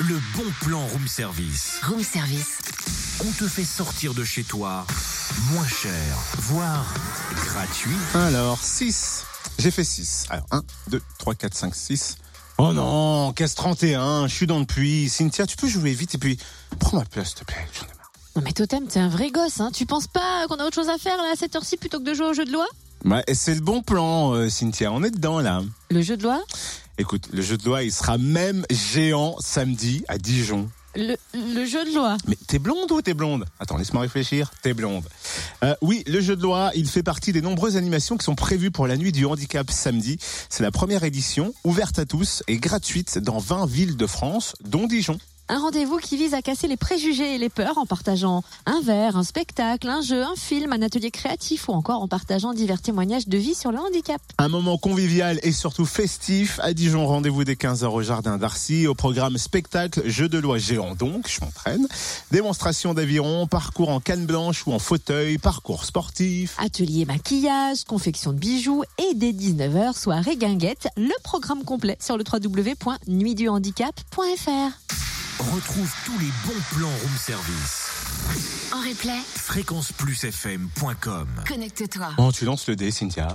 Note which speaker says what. Speaker 1: Le bon plan room service.
Speaker 2: Room service.
Speaker 1: On te fait sortir de chez toi moins cher, voire gratuit.
Speaker 3: Alors, 6. J'ai fait 6. Alors, 1, 2, 3, 4, 5, 6. Oh non, caisse 31, je suis dans le puits. Cynthia, tu peux jouer vite et puis prends ma place, s'il te plaît. J'en ai marre.
Speaker 2: Non mais Totem, t'es un vrai gosse, hein. Tu penses pas qu'on a autre chose à faire là à cette heure-ci plutôt que de jouer au jeu de loi
Speaker 3: Ouais, Bah, et c'est le bon plan, euh, Cynthia. On est dedans, là.
Speaker 2: Le jeu de loi
Speaker 3: Écoute, le jeu de loi, il sera même géant samedi à Dijon.
Speaker 2: le, le jeu de loi.
Speaker 3: Mais t'es blonde ou t'es blonde Attends, laisse-moi réfléchir. T'es blonde. Euh, oui, le jeu de loi, il fait partie des nombreuses animations qui sont prévues pour la nuit du handicap samedi. C'est la première édition, ouverte à tous et gratuite dans 20 villes de France, dont Dijon.
Speaker 2: Un rendez-vous qui vise à casser les préjugés et les peurs en partageant un verre, un spectacle, un jeu, un film, un atelier créatif ou encore en partageant divers témoignages de vie sur le handicap.
Speaker 3: Un moment convivial et surtout festif à Dijon. Rendez-vous dès 15h au jardin d'Arcy. Au programme spectacle, jeu de loi géant donc, je m'entraîne. Démonstration d'aviron, parcours en canne blanche ou en fauteuil, parcours sportif.
Speaker 2: Atelier maquillage, confection de bijoux et dès 19h, soirée guinguette, le programme complet sur le www.nuitduhandicap.fr.
Speaker 1: Retrouve tous les bons plans room service.
Speaker 4: En replay,
Speaker 1: Fréquenceplusfm.com
Speaker 4: connecte-toi.
Speaker 3: Oh, tu lances le dé, Cynthia.